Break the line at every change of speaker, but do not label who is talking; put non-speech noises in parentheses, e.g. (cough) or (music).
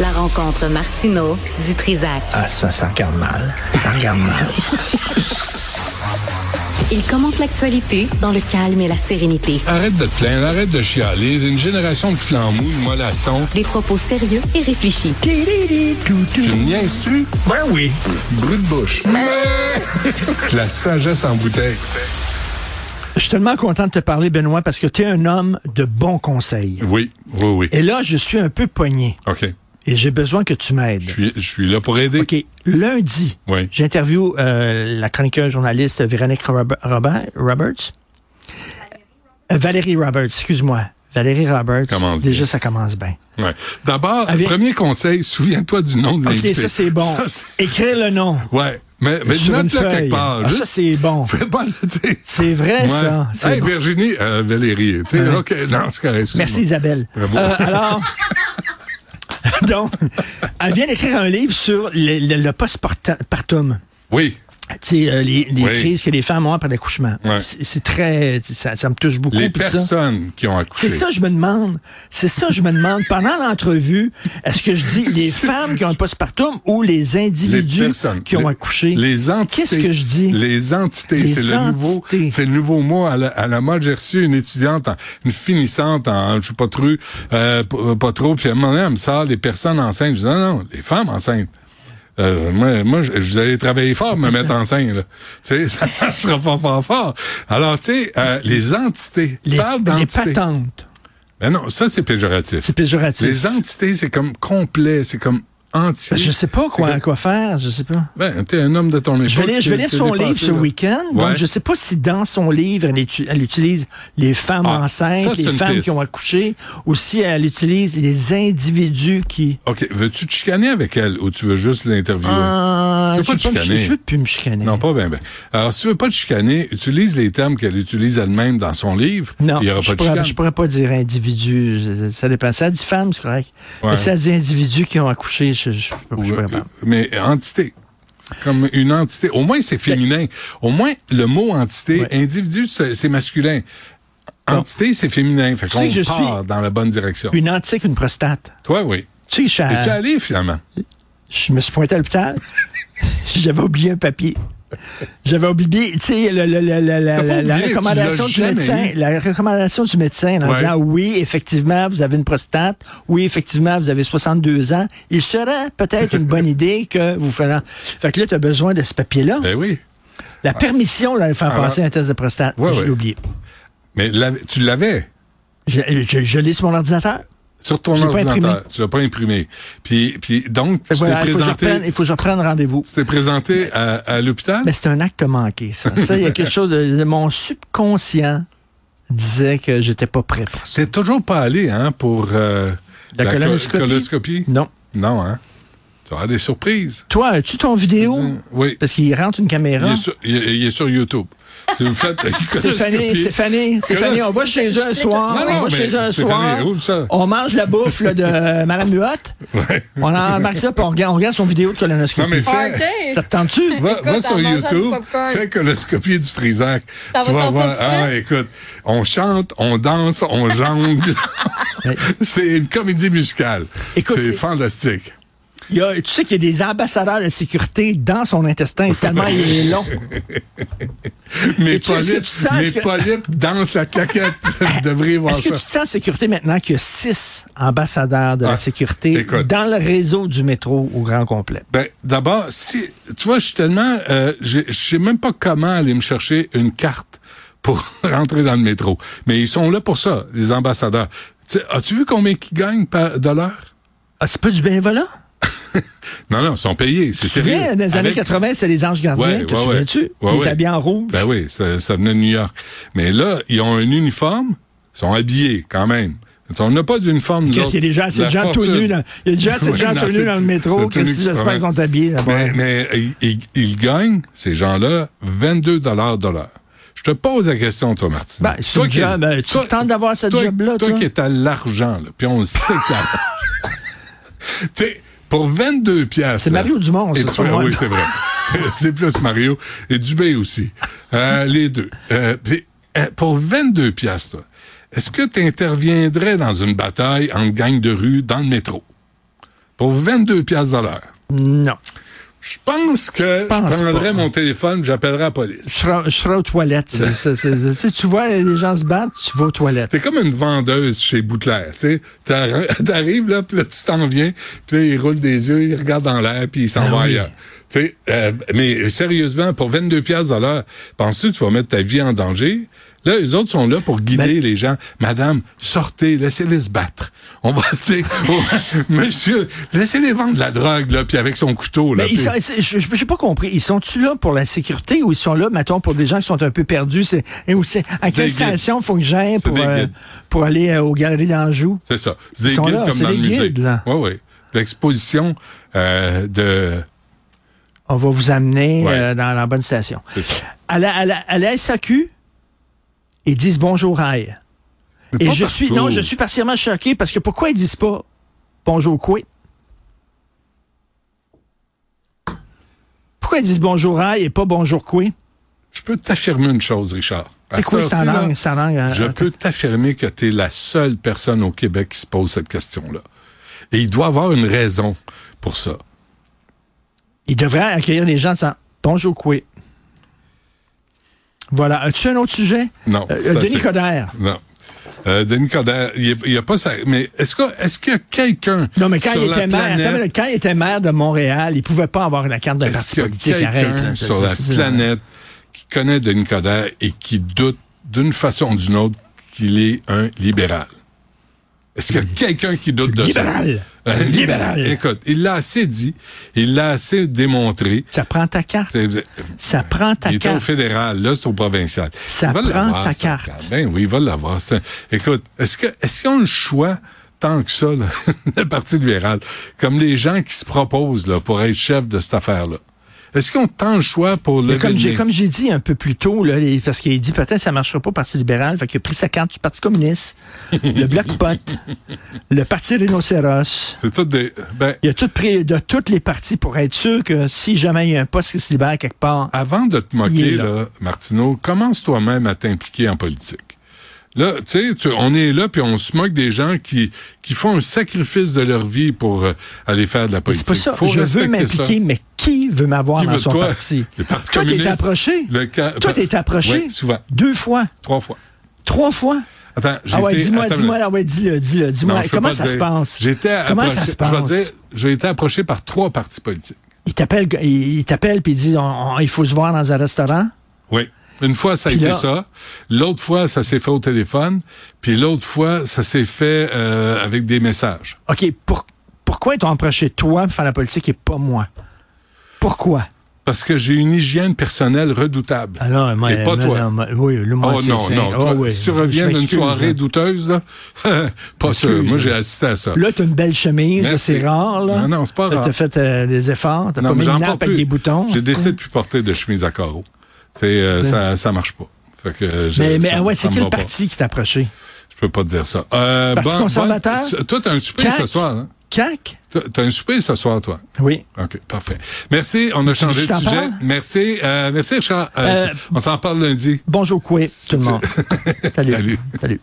La rencontre Martino du Trizac.
Ah, ça, ça regarde mal. Ça regarde mal.
Il commente l'actualité dans le calme et la sérénité.
Arrête de te plaindre, arrête de chialer. Une génération de flambous, de mollassons.
Des propos sérieux et réfléchis.
Tu me niaises-tu?
Ben oui.
Brut de bouche. (laughs) La sagesse en bouteille.
Je suis tellement content de te parler, Benoît, parce que tu es un homme de bons conseils.
Oui, oui, oui.
Et là, je suis un peu poigné
OK.
et j'ai besoin que tu m'aides.
Je suis, je suis là pour aider.
OK. Lundi,
Oui.
j'interview euh, la chroniqueuse journaliste Véronique Robe- Robert, Roberts. Euh, Valérie Roberts, excuse-moi. Valérie Roberts.
Commence
déjà,
bien.
ça commence bien.
Ouais. D'abord,
Avec-
premier conseil, souviens-toi du nom
OK,
de l'invité.
ça, c'est bon.
Ça, c'est-
Écrire le nom
ouais. Mais, mais
sur une
note-le
feuille.
quelque part.
Ah,
Juste-
ça, c'est bon.
Fais pas le dire.
C'est vrai, ça. C'est
Hey,
bon.
Virginie, euh, Valérie, tu sais, OK, non, c'est correct. excuse-moi.
Merci Isabelle.
Bravo.
Euh, alors, (laughs) donc, elle vient d'écrire un livre sur le, le- le postpartum.
Oui,
Tu sais, euh, les, les
Oui.
crises que les femmes ont après l'accouchement.
Ouais.
C'est c'est très, ça, ça me touche beaucoup.
les
puis ça.
personnes qui ont accouché.
C'est ça, je me demande. C'est ça, je me demande. Pendant l'entrevue, est-ce que je dis
(laughs)
les femmes qui ont un postpartum ou les
les
individus
personnes.
qui ont
Les-
accouché?
Les entités.
Qu'est-ce que je dis?
Les entités.
Les
C'est le nouveau,
entités.
c'est le nouveau mot à la, à la mode. J'ai reçu une étudiante, en- une finissante en, je sais pas trop, euh, p- euh, pas trop, puis à un moment donné, elle me sort les personnes enceintes. Je dis, non, non, les femmes enceintes. Euh, moi, moi, je, je vais aller travailler fort pour me mettre enceinte. Là. (laughs) Tu sais, ça marchera pas fort, fort. Alors, tu sais, euh, les entités.
Les,
Parle
les
d'entités.
patentes.
Ben non, ça, c'est péjoratif.
C'est péjoratif.
Les entités, c'est comme complet, c'est comme entier.
Je sais pas
C'est
quoi,
comme-
quoi faire, je sais pas.
Ben, t'es un homme de ton époque.
Je vais lire, je vais
t'es-
lire
t'es
son
dépassé,
livre ce
là.
week-end.
Ouais.
Donc, je sais pas si dans son livre, elle, étu- elle utilise les femmes
Ah, ça,
enceintes,
c'est
les
une
femmes
piste.
qui ont accouché, ou si elle utilise les individus qui...
OK, veux-tu te chicaner avec elle ou tu veux juste l'interviewer?
Ah,
Tu
je
veux pas
veux
te
pas me chi-
chicaner.
je veux plus me chicaner.
Non, pas bien, ben. Alors, si tu veux pas te chicaner, utilise les termes qu'elle utilise elle-même dans son livre.
Non,
Il y aura
je
pas de
pourrais,
chicane.
je pourrais pas dire individu. je- Ça dépend. Ça dit femmes, c'est correct.
Ouais.
Mais ça dit individus qui ont accouché, je, je, je, je suis pas
Ouais,
capable.
Euh, Mais entité. C'est Comme une entité. Au moins, c'est féminin. Au moins, le mot entité,
Ben, Ouais.
individu, c'est c'est masculin. Entité, c'est féminin. Fait
Tu sais
qu'on
que je
part
suis-
dans la bonne direction.
Une antique, une prostate.
Toi, oui.
Tu sais, je suis à-
Es-tu allé, finalement?
Je me suis pointé à l'hôpital. (laughs) J'avais oublié un papier. J'avais oublié, tu sais, le- le- le- le- la,
pas
la- la
oublié, tu
recommandation
l'as
du
jamais
médecin.
eu.
La recommandation du médecin en
Ouais.
disant oui, effectivement, vous avez une prostate. Oui, effectivement, vous avez 62 ans. Il serait peut-être une
(laughs)
bonne idée que vous fassiez. Fait que là, tu as besoin de ce papier-là.
Ben oui.
La permission là, de faire
Alors-
passer un test de prostate.
Ouais,
je
ouais.
l'ai oublié.
Mais la- tu l'avais.
Je, je- je l'ai sur mon ordinateur.
Sur ton
Je l'ai pas
ordinateur.
imprimé.
Tu l'as pas imprimé. Puis, puis
Fait
donc,
que
tu t'es
voilà, il, faut que je
présenté,
reprenne, il faut que je reprenne rendez-vous.
tu t'es présenté à, à l'hôpital?
Mais c'est un acte manqué,
(laughs)
ça. Ça, il y a quelque chose de, de- mon subconscient disait que j'étais pas prêt pour ça.
T'es toujours pas allé, hein, pour euh,
La
co-
colonoscopie?
colonoscopie?
Non.
Non, hein? Tu auras des surprises.
Toi, as-tu ton vidéo?
Oui.
Parce qu'il rentre une
Il
caméra.
est, sur, il est- il est sur YouTube. Si vous faites la
(laughs) Stéphanie,
colonoscopie-
Stéphanie, Stéphanie, on va chez eux un soir.
Non, non,
on va
mais
chez eux un
Stéphanie,
soir.
ouvre ça.
On mange la bouffe là, de
(laughs)
euh, Madame Huot.
Ouais.
On embarque ça, puis on regarde, on regarde son vidéo de
Non, mais
colonoscopie.
fais...
OK.
Ça te tente-tu?
Va,
Écoute,
va
en
sur
mangeant du
YouTube,
popcorn.
fais colonoscopie du Trisac.
Ça
tu
va
vas
sortir
voir.
tout
Ah,
seul?
écoute, on chante, on danse, on
(laughs)
jongle. (laughs) c'est une comédie musicale.
Écoute,
c'est
c'est-
fantastique.
Il y a- tu sais qu'il y a des ambassadeurs de sécurité dans son intestin, tellement il est long.
Mais
tu- est-ce que tu te
Polyte,
sens,
mais
est-ce que-
Polyte danse
(laughs)
la claquette. Vous devriez voir
Est-ce que tu te
ça.
sens en sécurité maintenant qu'il y a six ambassadeurs de
Ah,
la sécurité
écoute.
dans le réseau du métro au grand complet?
Ben, d'abord, si tu vois, je suis tellement, euh, je je sais même pas comment aller me chercher une carte pour (laughs) rentrer dans le métro. Mais ils sont là pour ça, les ambassadeurs. Tu sais, As-tu vu combien ils gagnent par de l'heure?
Ah, c'est pas du bénévolat?
Non, non, ils sont payés, c'est
Tu te
sérieux.
souviens, dans les années
Avec-
80, c'est les anges gardiens,
Ouais,
te
ouais,
souviens-tu?
ouais. Ouais,
Ils étaient
ouais.
habillés en rouge.
Ben oui, ça, ça venait de New York. Mais là, ils ont un uniforme, ils sont habillés quand même. On n'a pas d'uniforme. nous
Chris, Il y a
autres.
déjà assez
La
de gens tout
fortune.
nus dans, il y a
(laughs)
déjà assez de
Oui,
gens
non,
tout
c'est-
nus dans le
la
métro.
tenue
Qu'est-ce
qui se
j'espère
promène.
qu'ils sont habillés? là-bas.
Mais, mais ils, ils- ils gagnent, ces gens-là, 22 dollars de l'heure. Je te pose la question, toi, Martin.
Ben, c'est le job, euh, tu tentes d'avoir ce job-là,
Toi
toi?
qui est à l'argent, là, puis on le sait que t'as- (laughs) T'es- Pour 22 piastres...
C'est
là,
Mario Dumont,
et
ça,
tu-
c'est pas moi.
Oui, c'est vrai. C'est- c'est plus Mario. Et Dubé aussi. Euh, les deux. Euh, puis, euh, pour 22 piastres, toi, est-ce que tu interviendrais dans une bataille en gang de rue dans le métro? pour 22 pièces de l'heure.
Non.
Je pense que je,
pense pas.
prendrais mon téléphone, j'appellerais la police.
Je serai, je serai aux toilettes.
Ben.
C'est- c'est- c'est- tu sais, tu vois, les gens se battent, tu vas aux toilettes.
T'es comme une vendeuse chez Boutelaire, tu sais. T'arri- (laughs) T'arrives, là, puis là, tu t'en viens, puis là, il roule des yeux, il regarde dans l'air, puis il s'en
Ben
va ailleurs. Tu sais, euh, mais sérieusement, pour 22 pièces de l'heure, penses-tu que tu vas mettre ta vie en danger? Là, les autres sont là pour guider
Ben
les gens. Madame, sortez, laissez-les se battre. On va, (laughs) tu sais, on- monsieur, laissez-les vendre la drogue, là, puis avec son couteau, là.
Mais Ben, ils
Ben, puis-
sont- c'est- je n'ai pas compris. Ils sont-tu là pour la sécurité ou ils sont là, mettons, pour des gens qui sont un peu perdus? C'est, et où c'est- à quelle
guides.
station faut que j'aille
C'est
pour,
des
euh,
guides.
pour aller euh, aux galeries d'Anjou?
C'est ça. C'est des
sont
guides
là,
comme
c'est
dans
des
le musée.
guides, là.
Oui, oui. L'exposition euh, de...
On va vous amener
Ouais.
euh, dans la bonne station.
C'est ça.
À la, à la, à la SAQ, ils disent bonjour, aïe.
Mais
Et
pas
je suis,
partout.
non, je suis partiellement choqué parce que pourquoi ils disent pas bonjour quoi? Pourquoi ils disent bonjour aïe et pas bonjour quoi?
Je peux t'affirmer une chose, Richard. À
C'est quoi,
cette
c'est en
heure-ci, là,
langue, c'est en langue, hein,
Je
hein,
peux t'affirmer que tu es la seule personne au Québec qui se pose cette question-là. Et il doit avoir une raison pour ça.
Ils devraient accueillir les gens en disant bonjour quoi? Voilà. As-tu un autre sujet?
Non,
Euh,
ça,
Denis
c'est-
Coderre.
Non. Euh, Denis Coderre, il n'y a, pas ça. Mais est-ce que- est-ce qu'il y a quelqu'un
Non, mais quand
sur
il
la
était maire,
planète-
attends, mais quand il était maire de Montréal, il pouvait pas avoir la carte d'un
Est-ce
parti
qu'il y a
politique. Arrête.
quelqu'un
là. C'est-
sur la
c'est- c'est-
planète qui connaît Denis Coderre et qui doute d'une façon ou d'une autre qu'il est un libéral? Est-ce qu'il y a quelqu'un qui doute de
Libéral.
ça? Un
Libéral.
Écoute, il l'a assez dit, il l'a assez démontré.
Ça prend ta carte.
C'est-
Ça prend ta
Il était au
carte.
fédéral, là, c'est au provincial.
Ça
Il va
prend
l'avoir,
ta
cette
carte.
Ben oui, il va l'avoir. ça. Écoute, est-ce que est-ce qu'ils ont le choix tant que ça, là, (laughs) le Parti libéral, comme les gens qui se proposent là, pour être chef de cette affaire-là? Est-ce qu'ils ont tant le choix pour le
Mais comme j'ai comme j'ai dit un peu plus tôt là, les- parce qu'il dit peut-être ça marchera pas au Parti libéral, fait qu'il a pris sa carte du Parti communiste, le bloc pot, le Parti rhinocéros.
C'est tout des. Ben,
Il a tout pris de toutes les parties pour être sûr que si jamais il y a un poste qui se libère quelque part,
avant de te
Il
moquer,
est
là.
là.
Martineau, commence toi-même à t'impliquer en politique. Là, tu sais, tu- on est là puis on se moque des gens qui qui font un sacrifice de leur vie pour euh, aller faire de la
c'est
politique.
pas ça.
Faut
je veux
respecter ça.
m'impliquer, mais qui veut m'avoir
Qui
dans
veut-
son
toi,
parti?
le Parti
toi, t'es
communiste,
approché.
le ca-
Toi, t'es approché.
Oui, souvent.
Deux fois.
Trois fois.
Trois fois.
Attends, j'ai
Ah ouais,
été-
dis-moi,
attends,
dis-moi,
mais-
ah ouais, dis-le, dis-le,
Non,
dis-moi.
je peux
Comment
pas
ça
te
se
dire.
passe?
J'étais
Comment
approché-
ça se passe?
Je vais dire, j'ai été approché par trois partis politiques.
Il t'appelle, il, il t'appelle puis il dit, on- on- il faut se voir dans un restaurant.
Oui. Une fois, ça a
Puis
été
là-
ça. L'autre fois, ça s'est fait au téléphone. Puis l'autre fois, ça s'est fait euh, avec des messages.
OK, pour- pourquoi ils t'ont approché toi pour faire la politique et pas moi? Pourquoi?
Parce que j'ai une hygiène personnelle redoutable.
Alors, moi,
Et
moi,
pas toi.
non, moi, oui, là, moi,
Oh
c'est-
non,
c'est-
non.
oh,
toi,
oui,
si tu
je
reviens d'une
m'excuse, hein.
soirée
là.
douteuse, là, (laughs) pas sûr. Moi, j'ai assisté à ça.
Là, t'as une belle chemise, ça,
Merci.
c'est rare. Là.
Non, non, c'est pas
Là,
rare.
T'as fait euh, des efforts, t'as
Non,
pas
mais
mis une
j'en
nappe
porte
avec
plus.
des boutons.
J'ai décidé de plus porter de chemise à carreaux. C'est, euh, ça, ça marche pas. Fait que, euh, je-
Mais, mais
ça-
ah ouais,
ça
c'est
me va
quel
pas.
parti qui t'a approché?
Je peux pas te dire ça. Euh,
Parti conservateur?
tu- Toi, t'as un souper
CAQ?
ce soir. Hein?
CAC?
T'as- T'as un souper ce soir, toi.
Oui.
OK, parfait. Merci, on a changé
je
de
t'en
sujet.
parle?
Merci, euh, merci Richard. Euh,
Euh,
tu- on s'en parle lundi. (laughs)
Bonjour, Coué, tout le monde.
Salut.
Salut.